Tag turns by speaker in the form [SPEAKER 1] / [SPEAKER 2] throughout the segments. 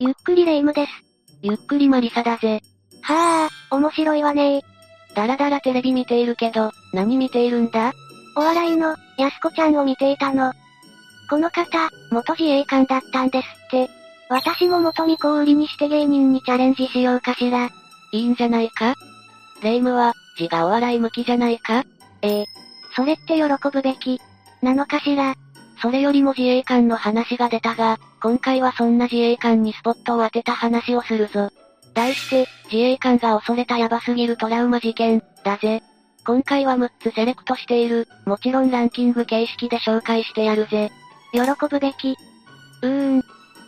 [SPEAKER 1] ゆっくりレ夢ムです。
[SPEAKER 2] ゆっくりマリサだぜ。
[SPEAKER 1] はあ、面白いわね
[SPEAKER 2] だらだらテレビ見ているけど、何見ているんだ
[SPEAKER 1] お笑いの、やすこちゃんを見ていたの。この方、元自衛官だったんですって。私も元巫女を売りにして芸人にチャレンジしようかしら。
[SPEAKER 2] いいんじゃないかレイムは、字がお笑い向きじゃないか
[SPEAKER 1] ええそれって喜ぶべき。なのかしら。
[SPEAKER 2] それよりも自衛官の話が出たが、今回はそんな自衛官にスポットを当てた話をするぞ。題して、自衛官が恐れたヤバすぎるトラウマ事件、だぜ。今回は6つセレクトしている、もちろんランキング形式で紹介してやるぜ。
[SPEAKER 1] 喜ぶべき。
[SPEAKER 2] うーん。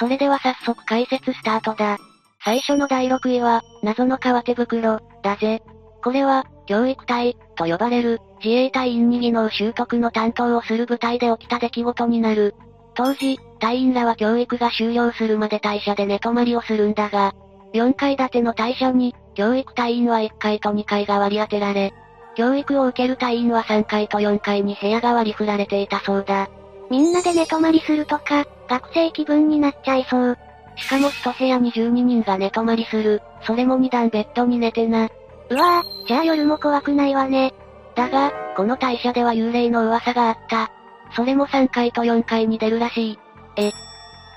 [SPEAKER 2] それでは早速解説スタートだ。最初の第6位は、謎の革手袋、だぜ。これは、教育隊、と呼ばれる、自衛隊員に技能習得の担当をする部隊で起きた出来事になる。当時、隊員らは教育が終了するまで退社で寝泊まりをするんだが、4階建ての退社に、教育隊員は1階と2階が割り当てられ、教育を受ける隊員は3階と4階に部屋が割り振られていたそうだ。
[SPEAKER 1] みんなで寝泊まりするとか、学生気分になっちゃいそう。
[SPEAKER 2] しかも一部屋に12人が寝泊まりする。それも2段ベッドに寝てな。
[SPEAKER 1] うわぁ、じゃあ夜も怖くないわね。
[SPEAKER 2] だが、この会社では幽霊の噂があった。それも3階と4階に出るらし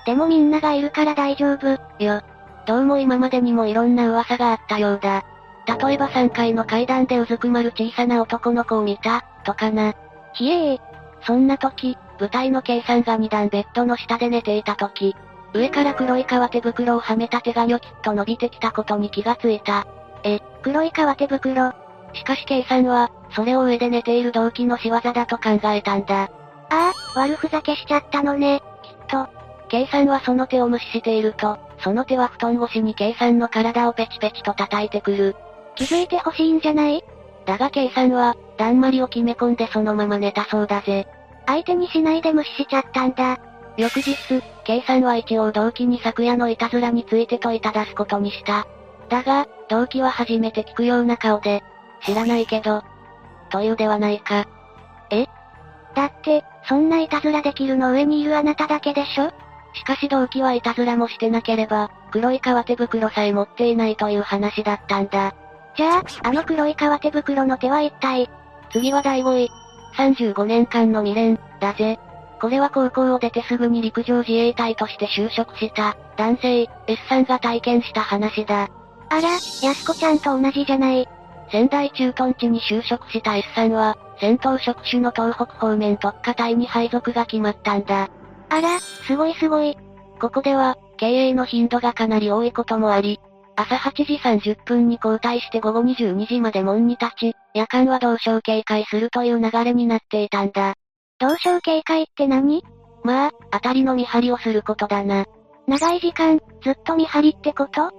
[SPEAKER 1] でもみんながいるから大丈夫。
[SPEAKER 2] い。よ。どうも今までにもいろんな噂があったようだ。例えば3階の階段でうずくまる小さな男の子を見た、とかな。
[SPEAKER 1] ひえー、
[SPEAKER 2] そんな時、部隊の計算が2段ベッドの下で寝ていた時、上から黒い革手袋をはめた手がニョキッと伸びてきたことに気がついた。
[SPEAKER 1] 黒い革手袋。
[SPEAKER 2] しかし K さんは、それを上で寝ている動機の仕業だと考えたんだ。
[SPEAKER 1] ああ、悪ふざけしちゃったのね。
[SPEAKER 2] K さんはその手を無視していると、その手は布団越しに K さんの体をペチペチと叩いてくる。
[SPEAKER 1] 気づいてほしいんじゃない
[SPEAKER 2] だが K さんは、だんまりを決め込んでそのまま寝たそうだぜ。
[SPEAKER 1] 相手にしないで無視しちゃったんだ。
[SPEAKER 2] 翌日、K さんは一応動機に昨夜のいたずらについて問いただすことにした。だが、動機は初めて聞くような顔で、知らないけど、というではないか。
[SPEAKER 1] だって、そんないたずらできるの上にいるあなただけでしょ
[SPEAKER 2] しかし動機はいたずらもしてなければ、黒い革手袋さえ持っていないという話だったんだ。
[SPEAKER 1] じゃあ、あの黒い革手袋の手は一体、
[SPEAKER 2] 次は第5位。35年間の未練、だぜ。これは高校を出てすぐに陸上自衛隊として就職した、男性、S さんが体験した話だ。
[SPEAKER 1] あら、やすこちゃんと同じじゃない。
[SPEAKER 2] 仙台駐屯地に就職した S さんは、戦闘職種の東北方面特化隊に配属が決まったんだ。
[SPEAKER 1] あら、すごいすごい。
[SPEAKER 2] ここでは、経営の頻度がかなり多いこともあり、朝8時30分に交代して午後22時まで門に立ち、夜間は同省警戒するという流れになっていたんだ。
[SPEAKER 1] 同省警戒って何
[SPEAKER 2] まあ、当たりの見張りをすることだな。
[SPEAKER 1] 長い時間、ずっと見張りってこと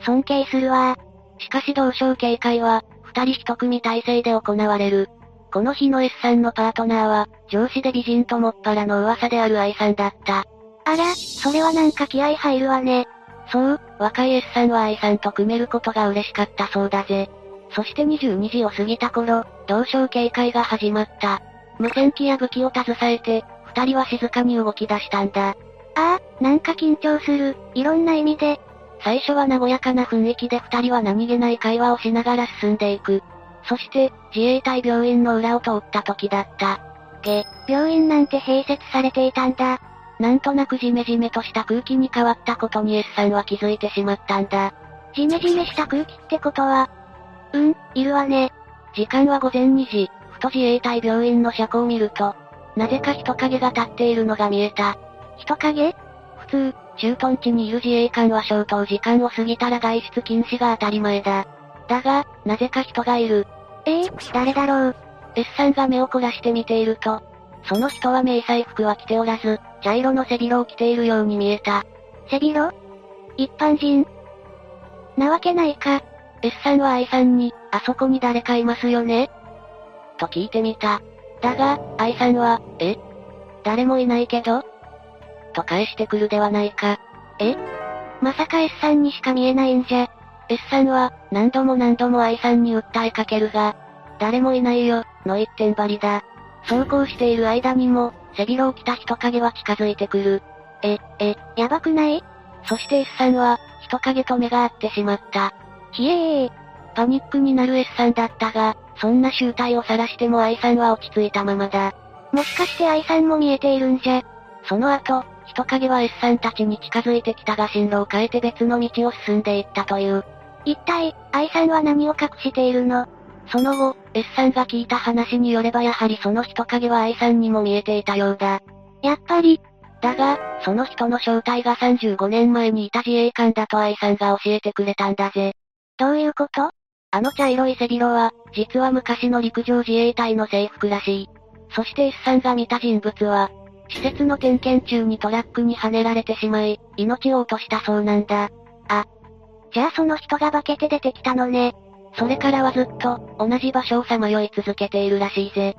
[SPEAKER 1] 尊敬するわ。
[SPEAKER 2] しかし同省警戒は、二人一組体制で行われる。この日の S さんのパートナーは、上司で美人ともっぱらの噂である I さんだった。
[SPEAKER 1] あら、それはなんか気合入るわね。
[SPEAKER 2] そう、若い S さんは I さんと組めることが嬉しかったそうだぜ。そして22時を過ぎた頃、同省警戒が始まった。無線機や武器を携えて、二人は静かに動き出したんだ。
[SPEAKER 1] ああ、なんか緊張する。いろんな意味で。
[SPEAKER 2] 最初は和やかな雰囲気で二人は何気ない会話をしながら進んでいく。そして、自衛隊病院の裏を通った時だった。げ、
[SPEAKER 1] 病院なんて併設されていたんだ。
[SPEAKER 2] なんとなくジメジメとした空気に変わったことに S さんは気づいてしまったんだ。
[SPEAKER 1] ジメジメした空気ってことは。うん、いるわね。
[SPEAKER 2] 時間は午前2時、ふと自衛隊病院の車庫を見ると、なぜか人影が立っているのが見えた。
[SPEAKER 1] 人影
[SPEAKER 2] 普通、駐屯地にいる自衛官は消灯時間を過ぎたら外出禁止が当たり前だ。だが、なぜか人がいる。
[SPEAKER 1] ええ誰だろう。
[SPEAKER 2] S さんが目を凝らして見ていると、その人は迷彩服は着ておらず、茶色の背広を着ているように見えた。
[SPEAKER 1] 背広一般人なわけないか。
[SPEAKER 2] S さんは I さんに、あそこに誰かいますよねと聞いてみた。だが、I さんは、え誰もいないけどと返してくるではないか。
[SPEAKER 1] まさか S さんにしか見えないんじゃ。
[SPEAKER 2] S さんは、何度も何度も I さんに訴えかけるが、誰もいないよ、の一点張りだ。走行している間にも、背広を着た人影は近づいてくる。
[SPEAKER 1] やばくない
[SPEAKER 2] そして S さんは、人影と目が合ってしまった。
[SPEAKER 1] ひえー。
[SPEAKER 2] パニックになる S さんだったが、そんな醜態を晒しても I さんは落ち着いたままだ。
[SPEAKER 1] もしかして I さんも見えているんじゃ。
[SPEAKER 2] その後、人影は S さんたちに近づいてきたが進路を変えて別の道を進んでいったという。
[SPEAKER 1] 一体、I さんは何を隠しているの
[SPEAKER 2] その後、S さんが聞いた話によればやはりその人影は I さんにも見えていたようだ。
[SPEAKER 1] やっぱり、
[SPEAKER 2] だが、その人の正体が35年前にいた自衛官だと I さんが教えてくれたんだぜ。
[SPEAKER 1] どういうこと
[SPEAKER 2] あの茶色い背広は、実は昔の陸上自衛隊の制服らしい。そして S さんが見た人物は、施設の点検中にトラックにはねられてしまい、命を落としたそうなんだ。
[SPEAKER 1] じゃあその人が化けて出てきたのね。
[SPEAKER 2] それからはずっと、同じ場所をさまよい続けているらしいぜ。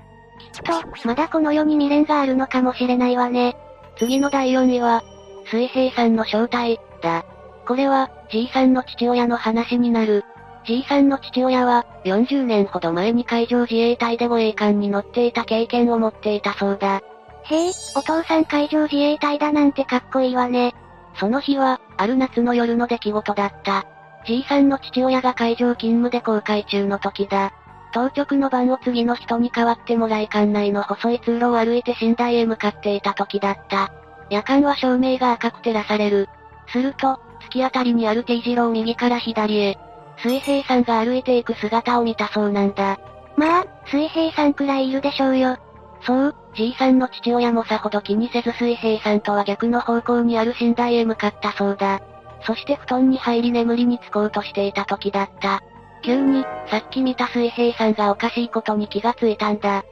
[SPEAKER 1] きっと、まだこの世に未練があるのかもしれないわね。
[SPEAKER 2] 次の第4位は、水平さんの正体、だ。これは、じいさんの父親の話になる。じいさんの父親は、40年ほど前に海上自衛隊で護衛艦に乗っていた経験を持っていたそうだ。
[SPEAKER 1] へえ、お父さん海上自衛隊だなんてかっこいいわね。
[SPEAKER 2] その日は、ある夏の夜の出来事だった。じいさんの父親が海上勤務で航海中の時だ。当直の番を次の人に代わってもらい館内の細い通路を歩いて寝台へ向かっていた時だった。夜間は照明が赤く照らされる。すると、突き当たりにある T 字路を右から左へ。水平さんが歩いていく姿を見たそうなんだ。
[SPEAKER 1] まあ、水平さんくらいいるでしょうよ。
[SPEAKER 2] そう、じいさんの父親もさほど気にせず水平さんとは逆の方向にある寝台へ向かったそうだ。そして布団に入り眠りにつこうとしていた時だった。急に、さっき見た水平さんがおかしいことに気がついたんだ。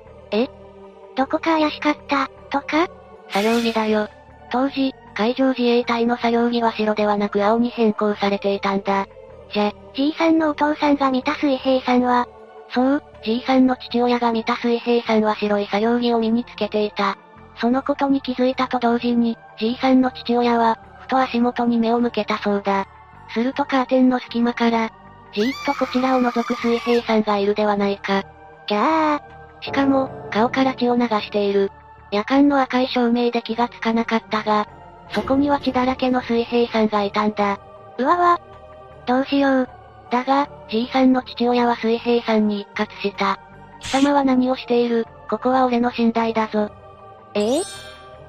[SPEAKER 1] どこか怪しかった、とか
[SPEAKER 2] 作業着だよ。当時、海上自衛隊の作業着は白ではなく青に変更されていたんだ。じゃ、
[SPEAKER 1] じいさんのお父さんが見た水平さんは、
[SPEAKER 2] そう、じいさんの父親が見た水平さんは白い作業着を身につけていた。そのことに気づいたと同時に、じいさんの父親は、ふと足元に目を向けたそうだ。するとカーテンの隙間から、じーっとこちらを覗く水平さんがいるではないか。
[SPEAKER 1] ギャー、
[SPEAKER 2] しかも、顔から血を流している。夜間の赤い照明で気がつかなかったが、そこには血だらけの水平さんがいたんだ。うわわ。どうしよう。だが、じいさんの父親は水平さんに一喝した。貴様は何をしているここは俺の寝台だぞ。
[SPEAKER 1] ええ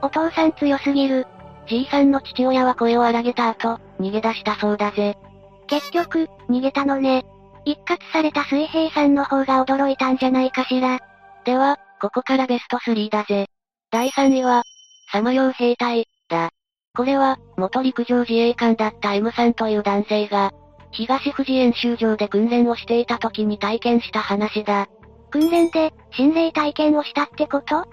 [SPEAKER 1] お父さん強すぎる。
[SPEAKER 2] じいさんの父親は声を荒げた後、逃げ出したそうだぜ。
[SPEAKER 1] 結局、逃げたのね。一括された水平さんの方が驚いたんじゃないかしら。
[SPEAKER 2] では、ここからベスト3だぜ。第3位は、さまよう兵隊、だ。これは、元陸上自衛官だった M さんという男性が、東富士演習場で訓練をしていた時に体験した話だ。
[SPEAKER 1] 訓練で、心霊体験をしたってこと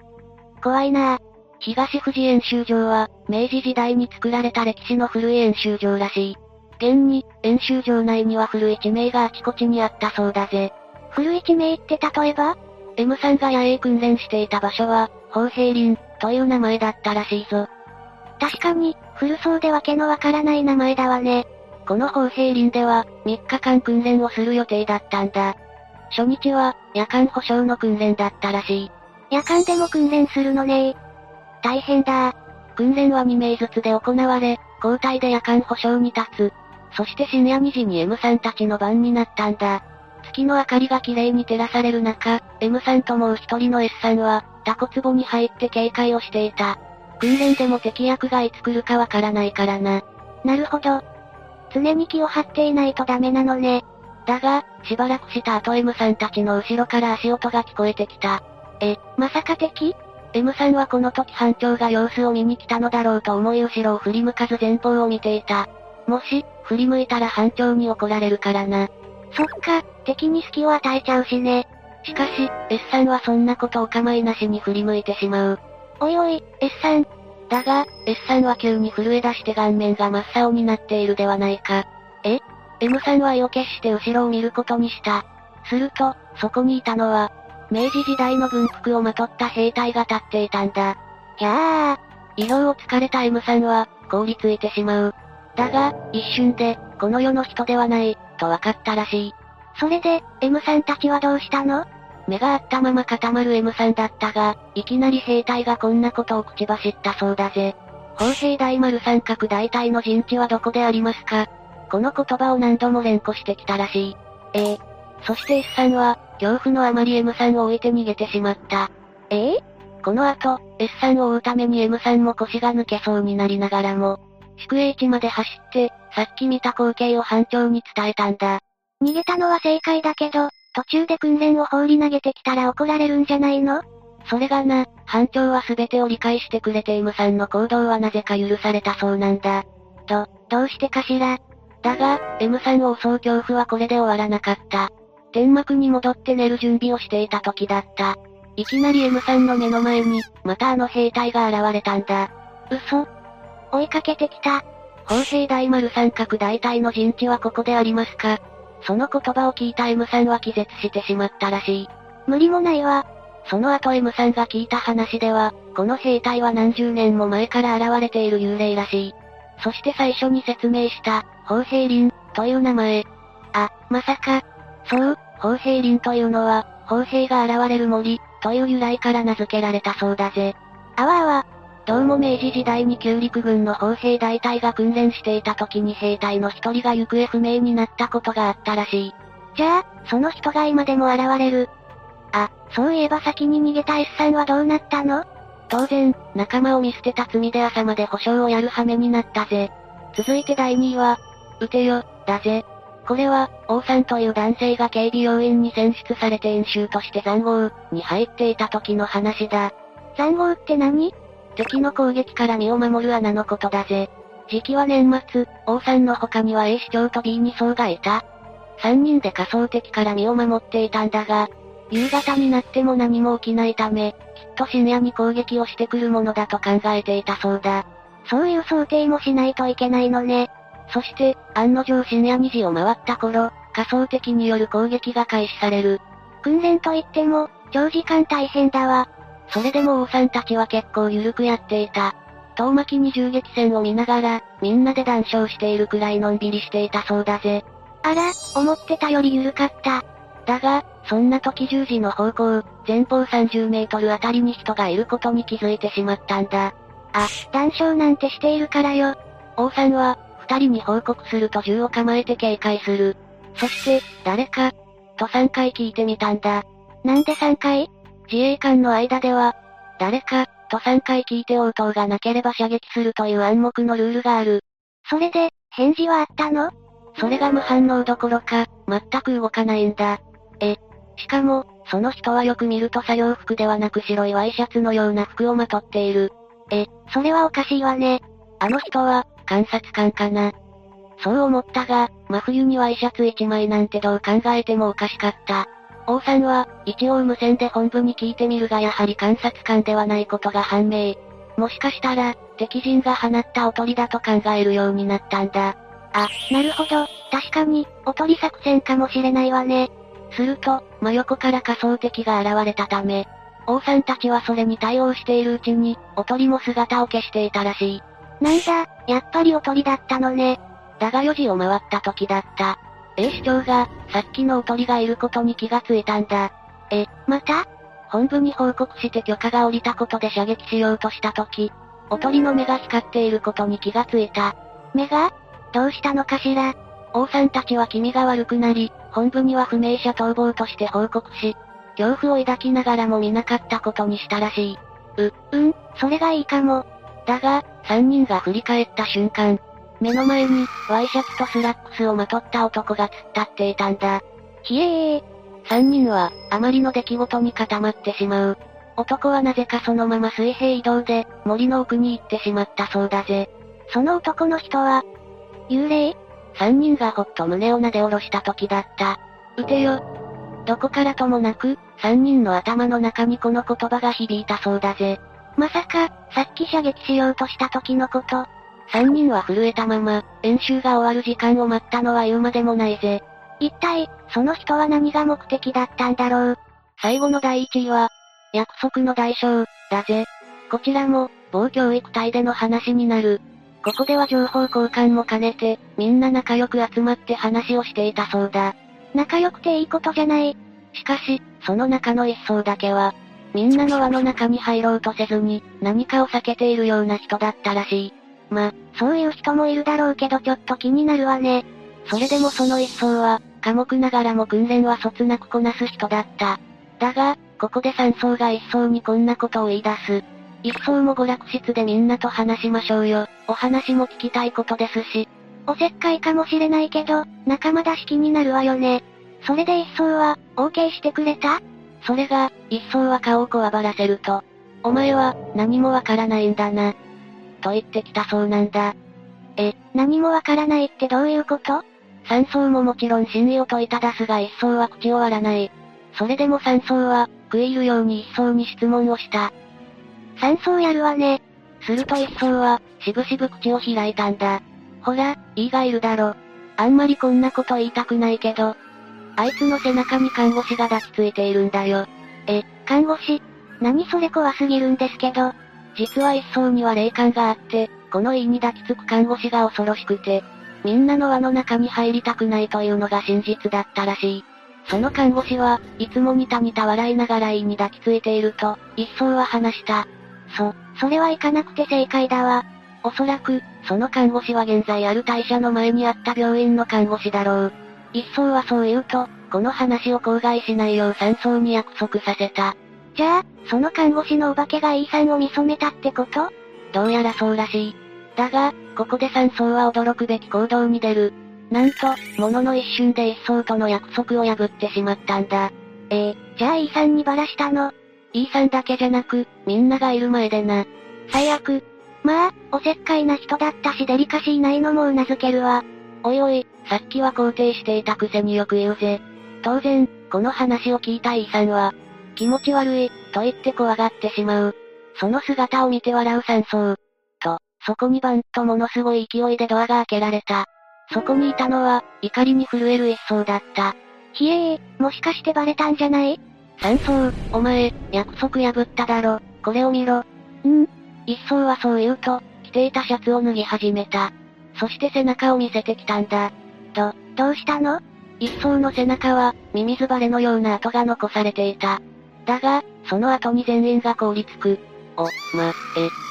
[SPEAKER 1] 怖いなあ
[SPEAKER 2] 東富士演習場は、明治時代に作られた歴史の古い演習場らしい。現に、演習場内には古い地名があちこちにあったそうだぜ。
[SPEAKER 1] 古い地名って例えば
[SPEAKER 2] M さんが野営訓練していた場所は、砲兵林、という名前だったらしいぞ。
[SPEAKER 1] 確かに、古そうでわけのわからない名前だわね。
[SPEAKER 2] この砲兵林では、3日間訓練をする予定だったんだ。初日は、夜間保障の訓練だったらしい。
[SPEAKER 1] 夜間でも訓練するのね大変だ
[SPEAKER 2] 訓練は2名ずつで行われ、交代で夜間保障に立つ。そして深夜2時に M さんたちの番になったんだ。月の明かりが綺麗に照らされる中、M さんともう一人の S さんは、タコ壺に入って警戒をしていた。訓練でも敵役がいつ来るかわからないからな。
[SPEAKER 1] なるほど。常に気を張っていないとダメなのね。
[SPEAKER 2] だが、しばらくした後 M さんたちの後ろから足音が聞こえてきた。
[SPEAKER 1] まさか敵
[SPEAKER 2] M さんはこの時班長が様子を見に来たのだろうと思い後ろを振り向かず前方を見ていた。もし、振り向いたら班長に怒られるからな。
[SPEAKER 1] そっか、敵に隙を与えちゃうしね。
[SPEAKER 2] しかし、S さんはそんなことお構いなしに振り向いてしまう。
[SPEAKER 1] おいおい、S さん、
[SPEAKER 2] だが、S さんは急に震え出して顔面が真っ青になっているではないか。え ?M さんは意を決して後ろを見ることにした。すると、そこにいたのは、明治時代の軍服をまとった兵隊が立っていたんだ。
[SPEAKER 1] ギャー、
[SPEAKER 2] 医療を疲れた M さんは、凍りついてしまう。だが、一瞬で、この世の人ではない、と分かったらしい。
[SPEAKER 1] それで、M さんたちはどうしたの
[SPEAKER 2] 目が合ったまま固まる M さんだったが、いきなり兵隊がこんなことを口走ったそうだぜ。砲兵大丸三角大隊の陣地はどこでありますかこの言葉を何度も連呼してきたらしい。ええそして S さんは、恐怖のあまり M さんを置いて逃げてしまった。ええこの後、S さんを追うために M さんも腰が抜けそうになりながらも、宿営地まで走って、さっき見た光景を班長に伝えたんだ。
[SPEAKER 1] 逃げたのは正解だけど、途中で訓練を放り投げてきたら怒られるんじゃないの
[SPEAKER 2] それがな、班長は全てを理解してくれて M さんの行動はなぜか許されたそうなんだ。と、どうしてかしら。だが、M さんを襲う恐怖はこれで終わらなかった。天幕に戻って寝る準備をしていた時だった。いきなり M さんの目の前に、またあの兵隊が現れたんだ。嘘
[SPEAKER 1] 追いかけてきた。
[SPEAKER 2] 砲兵大丸三角大隊の陣地はここでありますかその言葉を聞いた M さんは気絶してしまったらしい。
[SPEAKER 1] 無理もないわ。
[SPEAKER 2] その後 M さんが聞いた話では、この兵隊は何十年も前から現れている幽霊らしい。そして最初に説明した、砲兵林、という名前。あ、まさか。そう、砲兵林というのは、砲兵が現れる森、という由来から名付けられたそうだぜ。
[SPEAKER 1] あわあわ。
[SPEAKER 2] どうも明治時代に旧陸軍の砲兵大隊が訓練していた時に兵隊の一人が行方不明になったことがあったらしい。
[SPEAKER 1] じゃあ、その人が今でも現れる。あ、そういえば先に逃げた S さんはどうなったの
[SPEAKER 2] 当然、仲間を見捨てた罪で朝まで保証をやる羽目になったぜ。続いて第2位は、撃てよ、だぜ。これは、王さんという男性が警備要員に選出されて演習として残壕に入っていた時の話だ。
[SPEAKER 1] 残壕って何
[SPEAKER 2] 敵の攻撃から身を守る穴のことだぜ。時期は年末、王さんの他には A 市長と B 2層がいた。3人で仮想敵から身を守っていたんだが、夕方になっても何も起きないため、きっと深夜に攻撃をしてくるものだと考えていたそうだ。
[SPEAKER 1] そういう想定もしないといけないのね。
[SPEAKER 2] そして、案の定深夜2時を回った頃、仮想敵による攻撃が開始される。
[SPEAKER 1] 訓練といっても、長時間大変だわ。
[SPEAKER 2] それでも王さんたちは結構緩くやっていた。遠巻きに銃撃戦を見ながら、みんなで談笑しているくらいのんびりしていたそうだぜ。
[SPEAKER 1] あら、思ってたより緩かった。
[SPEAKER 2] だが、そんな時十時の方向、前方30メートルあたりに人がいることに気づいてしまったんだ。
[SPEAKER 1] 談笑なんてしているからよ。
[SPEAKER 2] 王さんは、二人に報告すると銃を構えて警戒する。そして、誰か、と3回聞いてみたんだ。
[SPEAKER 1] なんで3回
[SPEAKER 2] 自衛官の間では、誰か、と3回聞いて応答がなければ射撃するという暗黙のルールがある。
[SPEAKER 1] それで、返事はあったの
[SPEAKER 2] それが無反応どころか、全く動かないんだ。え、しかも、その人はよく見ると作業服ではなく白いワイシャツのような服をまとっている。
[SPEAKER 1] え、それはおかしいわね。
[SPEAKER 2] あの人は、観察官かな。そう思ったが、真冬にワイシャツ1枚なんてどう考えてもおかしかった。王さんは、一応無線で本部に聞いてみるがやはり観察官ではないことが判明。もしかしたら、敵陣が放ったおとりだと考えるようになったんだ。
[SPEAKER 1] あ、なるほど。確かに、おとり作戦かもしれないわね。
[SPEAKER 2] すると、真横から仮想敵が現れたため、王さんたちはそれに対応しているうちに、おとりも姿を消していたらしい。
[SPEAKER 1] なんだ、やっぱりおとりだったのね。
[SPEAKER 2] だが4時を回った時だった。A 市長が、さっきのおとりがいることに気がついたんだ。
[SPEAKER 1] え、また
[SPEAKER 2] 本部に報告して許可が下りたことで射撃しようとした時、おとりの目が光っていることに気がついた。
[SPEAKER 1] 目がどうしたのかしら
[SPEAKER 2] 王さんたちは気味が悪くなり、本部には不明者逃亡として報告し、恐怖を抱きながらも見なかったことにしたらしい。
[SPEAKER 1] うん、それがいいかも。
[SPEAKER 2] だが、3人が振り返った瞬間、目の前に、ワイシャツとスラックスをまとった男が突っ立っていたんだ。
[SPEAKER 1] ひえー。
[SPEAKER 2] 3人は、あまりの出来事に固まってしまう。男はなぜかそのまま水平移動で、森の奥に行ってしまったそうだぜ。
[SPEAKER 1] その男の人は、幽霊
[SPEAKER 2] 3人がほっと胸をなで下ろした時だった。撃てよ。どこからともなく、3人の頭の中にこの言葉が響いたそうだぜ。
[SPEAKER 1] まさか、さっき射撃しようとした時のこと。
[SPEAKER 2] 3人は震えたまま、演習が終わる時間を待ったのは言うまでもないぜ。
[SPEAKER 1] 一体、その人は何が目的だったんだろう。
[SPEAKER 2] 最後の第1位は、約束の代償、だぜ。こちらも、某教育隊での話になる。ここでは情報交換も兼ねて、みんな仲良く集まって話をしていたそうだ。
[SPEAKER 1] 仲良くていいことじゃない。
[SPEAKER 2] しかし、その中の一層だけは、みんなの輪の中に入ろうとせずに、何かを避けているような人だったらしい。
[SPEAKER 1] ま、そういう人もいるだろうけどちょっと気になるわね。
[SPEAKER 2] それでもその一層は、寡黙ながらも訓練はそつなくこなす人だった。だが、ここで三層が一層にこんなことを言い出す。一層も娯楽室でみんなと話しましょうよ。お話も聞きたいことですし。
[SPEAKER 1] おせっかいかもしれないけど、仲間だし気になるわよね。それで一層は、OK してくれた
[SPEAKER 2] それが、一層は顔をこわばらせると、お前は、何もわからないんだな。と言ってきたそうなんだ。
[SPEAKER 1] え、何もわからないってどういうこと
[SPEAKER 2] 三層ももちろん真意を問いただすが一層は口を割らない。それでも三層は、食い入るように一層に質問をした。
[SPEAKER 1] 三層やるわね。
[SPEAKER 2] すると一層は、しぶしぶ口を開いたんだ。ほら、いいがいるだろ。あんまりこんなこと言いたくないけど、あいつの背中に看護師が抱きついているんだよ。
[SPEAKER 1] え、看護師何それ怖すぎるんですけど。
[SPEAKER 2] 実は一層には霊感があって、この家に抱きつく看護師が恐ろしくて、みんなの輪の中に入りたくないというのが真実だったらしい。その看護師はいつもにたにた笑いながら胃に抱きついていると、一層は話した。
[SPEAKER 1] そ、それは行かなくて正解だわ。
[SPEAKER 2] おそらく、その看護師は現在ある退社の前にあった病院の看護師だろう。一層はそう言うと、この話を口外しないよう三層に約束させた。
[SPEAKER 1] じゃあ、その看護師のお化けが E さんを見初めたってこと
[SPEAKER 2] どうやらそうらしい。だが、ここで三層は驚くべき行動に出る。なんと、ものの一瞬で一層との約束を破ってしまったんだ。
[SPEAKER 1] ええー、じゃあ E さんにバラしたの
[SPEAKER 2] ?E さんだけじゃなく、みんながいる前でな。
[SPEAKER 1] 最悪。まあ、おせっかいな人だったしデリカシーないのも頷けるわ。
[SPEAKER 2] おいおい、さっきは肯定していたくせによく言うぜ。当然、この話を聞いた E さんは、気持ち悪い、と言って怖がってしまう。その姿を見て笑う三層。と、そこにバンとものすごい勢いでドアが開けられた。そこにいたのは、怒りに震える一層だった。
[SPEAKER 1] ひえー、もしかしてバレたんじゃない
[SPEAKER 2] 三層、お前、約束破っただろ、これを見ろ。
[SPEAKER 1] ん
[SPEAKER 2] 一層はそう言うと、着ていたシャツを脱ぎ始めた。そして背中を見せてきたんだ。
[SPEAKER 1] ど、どうしたの
[SPEAKER 2] 一層の背中は、ミミズバレのような跡が残されていた。だが、その後に全員が凍りつく。お、ま、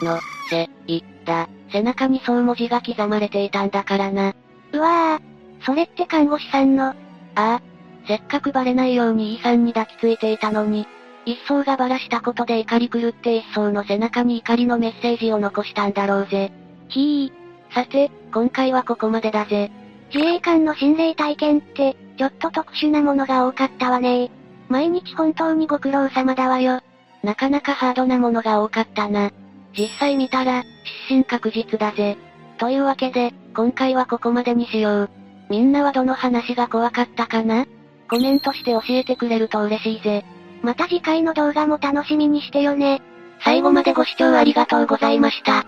[SPEAKER 2] え、の、せ、い、だ。背中にそう文字が刻まれていたんだからな。
[SPEAKER 1] うわぁ、それって看護師さんの。あ
[SPEAKER 2] あ、せっかくバレないように E さんに抱きついていたのに、一層がバラしたことで怒り狂って一層の背中に怒りのメッセージを残したんだろうぜ。
[SPEAKER 1] ひ
[SPEAKER 2] ぃ。さて、今回はここまでだぜ。
[SPEAKER 1] 自衛官の心霊体験って、ちょっと特殊なものが多かったわね毎日本当にご苦労様だわよ。
[SPEAKER 2] なかなかハードなものが多かったな。実際見たら、失神確実だぜ。というわけで、今回はここまでにしよう。みんなはどの話が怖かったかなコメントして教えてくれると嬉しいぜ。
[SPEAKER 1] また次回の動画も楽しみにしてよね。
[SPEAKER 2] 最後までご視聴ありがとうございました。